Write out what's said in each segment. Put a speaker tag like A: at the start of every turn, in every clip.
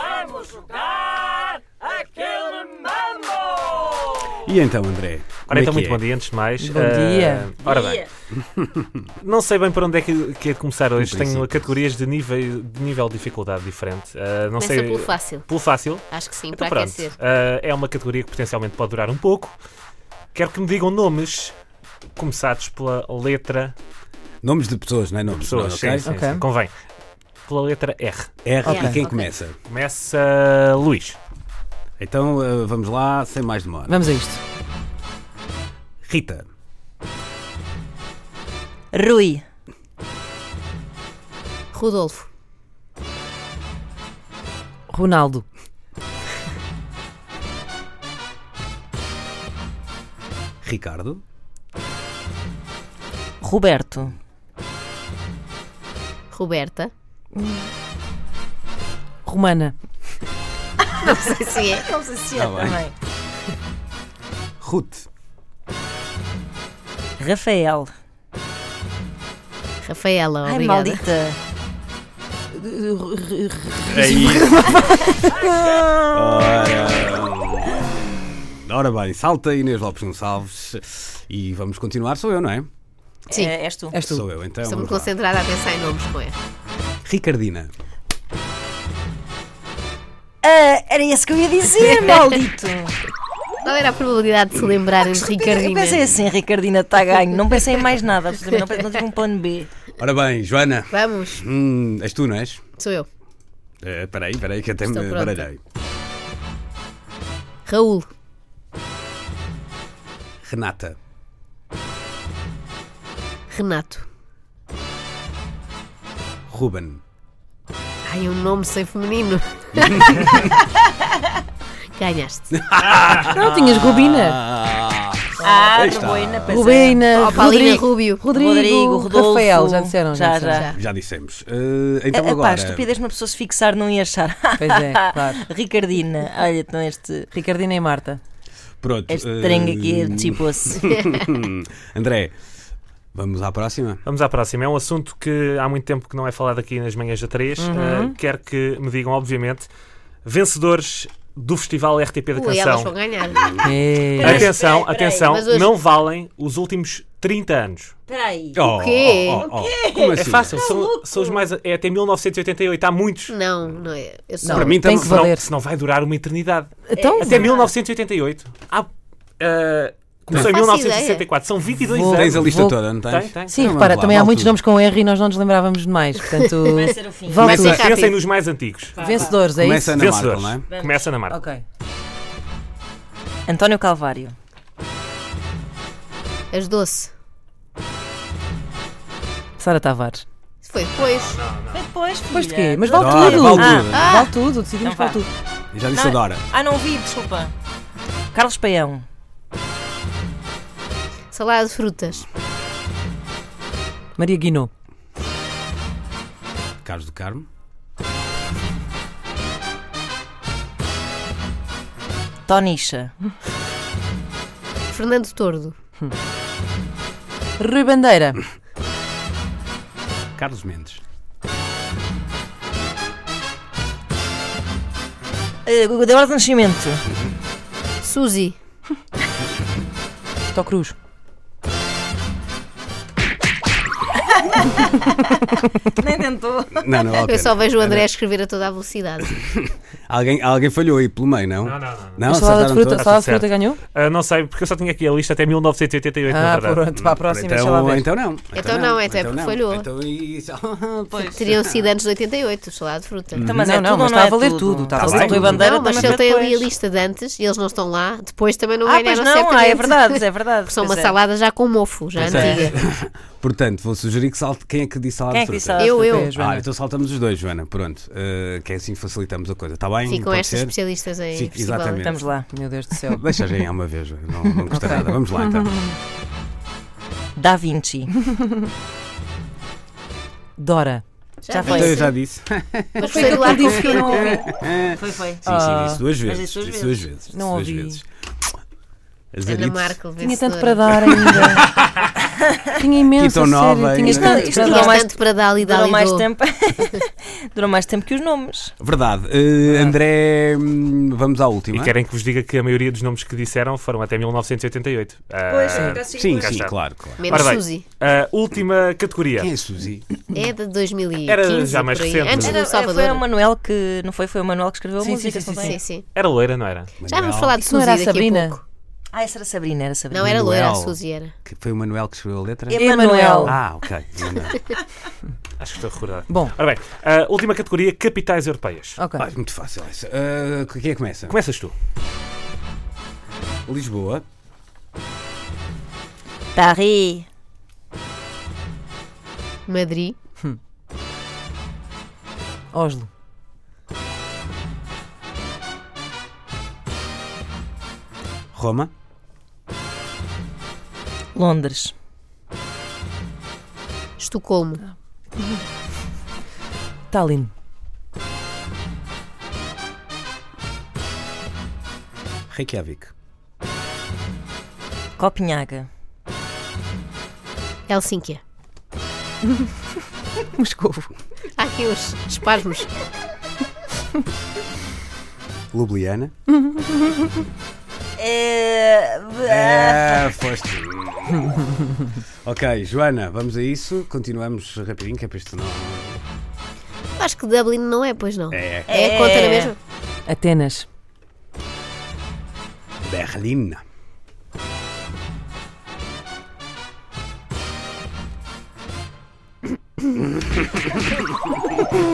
A: Vamos jogar aquele mambo!
B: E então, André?
C: Ora,
B: como é
C: então,
B: que
C: muito
B: é?
C: bom dia antes de mais.
D: Bom
C: Ah,
D: dia.
C: ora bem, não sei bem por onde é que, que é de começar hoje.
B: No
C: Tenho
B: princípio.
C: categorias de nível de, nível de dificuldade diferente. Ah, não
D: Começa
C: sei.
D: pelo fácil.
C: Pelo fácil.
D: Acho que sim,
C: Então,
D: para
C: pronto.
D: aquecer.
C: Ah, é uma categoria que potencialmente pode durar um pouco. Quero que me digam nomes começados pela letra.
B: Nomes de pessoas, não é? Nomes
C: Pessoas,
B: não, ok?
C: sim, sim,
D: Ok.
C: sim, convém. Pela letra R.
B: R,
D: Ok,
B: e quem
D: ok.
B: começa?
C: Começa Luís.
B: Então, eh, vamos lá, sem mais demora.
D: Vamos a isto.
B: Rita,
D: Rui. Rodolfo. Ronaldo.
B: Ricardo,
D: Roberto. Roberta. Romana. Não sei se é, não sei se é
B: Tá bem.
D: também.
B: Ruth,
E: Rafael.
D: Rafaela,
E: Ai,
D: obrigada.
E: maldita.
B: Ora bem, salta Inês Lopes Gonçalves e vamos continuar. Sou eu, não é?
D: Sim.
E: É, és tu.
D: És tu. um
B: Sou eu, então.
D: Estou muito
B: vamos lá.
D: concentrada a pensar em nomes com R.
B: Ricardina,
E: Ah, era esse que eu ia dizer, maldito.
D: Qual era a probabilidade de se lembrarem de
E: Ah, Eu
D: Ricardina?
E: pensei assim, Ricardina está ganho. Não pensei em mais nada, absolutamente. não, pe- não tive um plano B.
B: Ora bem, Joana,
E: assim.
D: Vamos,
B: hum, és tu, não és?
D: sou eu.
B: Eh, Espera aí, espera aí, que até
D: Estou
B: me
D: pronta.
B: baralhei.
D: Raul,
B: Renata,
D: Renato.
B: Ruben,
D: Ai, um nome sem feminino. Ganhaste.
F: Não tinhas Rubina.
E: Ah,
B: aí
E: de
B: está.
E: boina, pois é.
F: Rubina,
D: Oh, Paulina
F: Rodrigo,
D: Rubio.
F: Rodrigo,
E: Rodrigo, Rodolfo.
F: Rafael, já disseram.
E: Já, já.
F: disseram.
D: já.
B: já dissemos. Eh, então
E: Então, Epá,
B: agora.
E: a estupidez de uma pessoa se fixar não ia achar. Ah,
F: Pois é, claro.
E: Ricardina, olha, então este,
F: Ricardina e Marta.
B: Pronto.
E: este
B: eh,
E: trengue aqui é tipo assim.
B: André, vamos à próxima?
C: Vamos à próxima. É um assunto que há muito tempo que não é falado aqui nas manhãs da 3.
D: Uhum.
C: quero que me digam, obviamente, vencedores do Festival RTP da
D: Ui, elas
C: Canção.
D: vão ganhar.
F: Ei.
C: É. Atenção,
E: Espera aí, espera aí.
C: atenção,
D: Mas hoje-
C: não valem os últimos 30 anos.
E: Espera aí.
B: Oh,
D: quê?
B: oh, oh, oh. Como
C: É
B: assim?
C: fácil, são, são os mais. É até 1988, há muitos.
D: Tá Não, não é. Eu sou.
B: Para mim
F: tem
B: também.
F: que
C: Senão-
F: valer.
C: senão vai durar uma eternidade.
F: Então,
C: Até 1988. Há, ah, começou em
D: Não faço
C: 1964, são 22
F: Vou-
C: anos.
B: Tens a lista
F: Vou-
B: toda, não tens?
C: Tem, tem.
F: sim,
B: Então,
F: repara,
B: vamos lá,
F: também há
B: vale
F: muitos
B: tudo.
F: nomes com R e nós não nos lembrávamos de mais. Portanto,
E: Vai ser o fim.
F: vale
D: Vai ser
F: tudo.
D: rápido.
C: Pensem nos mais antigos.
F: vencedores, é
B: Começa
F: isso?
B: Ana Markel,
C: Vencedores.
B: não é?
C: Começa na marca.
F: Ok.
E: António Calvário.
D: As doce.
F: Sara Tavares.
D: Isso Foi depois.
E: Foi depois,
F: Depois de quê? Mas vale
B: Dora,
F: tudo.
B: vale
E: Ah,
B: tudo.
F: Ah, Vale tudo, decidimos que
E: Então
F: vale tudo.
B: Eu Já disse a Dora.
E: Ah, não vi, desculpa. Carlos Paião.
D: Salada de frutas.
F: Maria Guinot.
B: Carlos do Carmo.
E: Tonicha.
D: Fernando Tordo.
F: Rui Bandeira.
B: Carlos Mendes.
E: Uh, da Hora do Nascimento.
D: Suzy.
F: Tó Cruz.
E: Nem tentou.
B: Não, não, vale a
D: Eu só
B: pena.
D: vejo o André a escrever a toda a velocidade.
B: Alguém, alguém falhou aí pelo meio, não?
C: Não, não, não.
B: Não,
F: A salada de
B: acertaram
F: fruta,
B: todos?
F: a salada de
C: certo.
F: fruta ganhou?
C: Ah, não sei, porque eu só tinha aqui a lista até 1988, na
F: Ah,
C: verdade.
F: pronto, para a próxima, deixa lá
B: Então,
F: ver.
B: então não.
D: Então não, então é porque falhou.
B: Então isso. pois.
D: Teriam sido anos de 88, salada de fruta.
E: Então, mas
F: não,
E: é
F: não,
E: tudo
F: mas
E: ou não
F: está
E: é
F: a valer
E: tudo?
F: tudo, está a
E: Tá
F: valer
E: bem.
F: tudo.
E: Rui Bandeira
D: não, mas se
E: também
D: ele tem
E: foi
D: ali a
E: depois.
D: lista de antes e eles não estão lá, depois também não
E: Ah, pois
D: ganharam
E: não,
D: certamente.
E: ah, é verdade, é verdade.
D: Porque são uma
E: Pois é.
D: salada já com mofo, já
B: é,
D: antiga.
B: Portanto, vou sugerir que salte. Quem é que disse salada
E: Quem é
B: de fruta?
E: que disse salada de
D: Eu, eu.
F: Foi a Joana.
B: Ah, então saltamos os dois, Joana. Pronto. Eh, que é assim que facilitamos a coisa. Está bem?
D: Ficam
B: Pode
D: estas
B: ser?
D: especialistas em
B: Fico-
D: festival.
B: exatamente.
E: Estamos lá.
F: Meu Deus do céu.
B: Deixa já em uma vez, Joana. não, não custa nada. Vamos lá então.
E: Da Vinci.
F: Dora.
E: Já foi.
B: Então eu já disse.
D: Mas foi do ar
F: disse que eu não ouvi.
E: Foi, foi.
B: Sim, sim, disse duas
E: mas
B: vezes.
E: disse duas
B: vezes. disse
F: Não
B: duas
F: ouvi.
B: vezes. As
D: Ana
B: elites-
D: Marco, vencedora.
F: Tinha tanto para dar ainda. Tinha imenso,
B: E tão
F: a sério,
B: nova
F: tinha
B: ainda.
F: tanto
E: Isto- isto
F: para
E: não é
F: dar.
D: Tinhas
E: mais-
D: tanto para dar e dar
E: Durou
D: e
E: mais
D: dou.
E: tempo. Durou mais tempo que os nomes.
B: Verdade. Eh, André, hum, vamos à última.
C: E querem que vos diga que a maioria dos nomes que disseram foram até 1988. Ah,
B: Sim,
C: Cá
B: sim,
C: está.
B: claro, claro.
D: Menos
C: Ora bem.
D: é Suzy.
C: a última categoria.
B: Quem é Suzy?
D: É de 2015.
C: Era já mais
D: por aí.
C: recente.
D: Antes
E: Era-
D: do Salvador.
E: foi o Manuel que. Não foi? Foi o Manuel que escreveu a
F: Sim,
E: música.
F: sim, sim,
E: se não
F: sim,
E: tem-
D: Sim, sim.
C: Era loira, não era?
D: Já vamos falar de
F: Isso não
D: Suzy
F: era
D: daqui
F: a Sabrina?
D: a pouco.
E: Ah, essa era a Sabrina, era a Sabrina.
D: Não era loira, a
B: Manuel.
D: Suzy era.
B: Que foi o Manuel que escreveu a letra?
F: Emanuel.
B: Ah, ok. Manuel.
C: Acho que estou a recordar.
F: Bom,
C: Ora bem, a última categoria, capitais europeias.
F: ok.
B: Ah, muito fácil essa. Eh, quem é que começa?
C: Começas tu.
B: Lisboa,
E: Paris.
D: Madrid.
F: Oslo.
B: Roma,
E: Londres.
D: Estocolmo.
F: Tallinn.
B: Reykjavik,
E: Copenhaga.
D: Helsínquia.
F: Moscou.
D: Há aqui uns espasmos.
B: Ljubljana.
E: É...
B: É, foste. ok, Joana, vamos a isso. Continuamos rapidinho, que é para isto não.
D: Acho que Dublin não é, pois não.
B: É,
D: É, conta na mesma.
F: Atenas.
B: Berlim.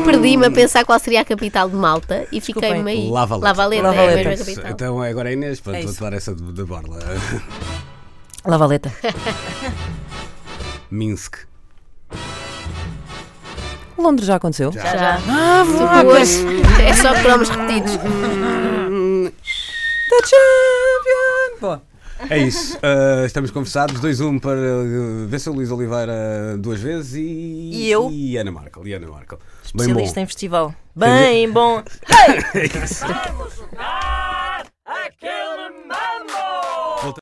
D: Perdi-me a pensar qual seria a capital de Malta e fiquei-me aí.
B: Lavaleta.
D: Lavaleta.
F: Lavaleta.
D: É a mesma capital.
B: Então é agora a Inês, pronto,
F: É
B: vou
F: isso.
B: tomar essa de- da borla.
F: Lavaleta.
B: Minsk.
F: Londres já aconteceu.
E: Já, já.
D: Pois, é só cromes repetidos.
F: The champion. Boa.
B: É isso. eh, estamos conversados. 2-1 para eh, ver se o Luís Oliveira duas vezes e.
E: E eu?
B: E Ana Markel. E Ana Markel. Bem bom.
E: Especialista em festival. Bem bom.
A: Vamos jogar!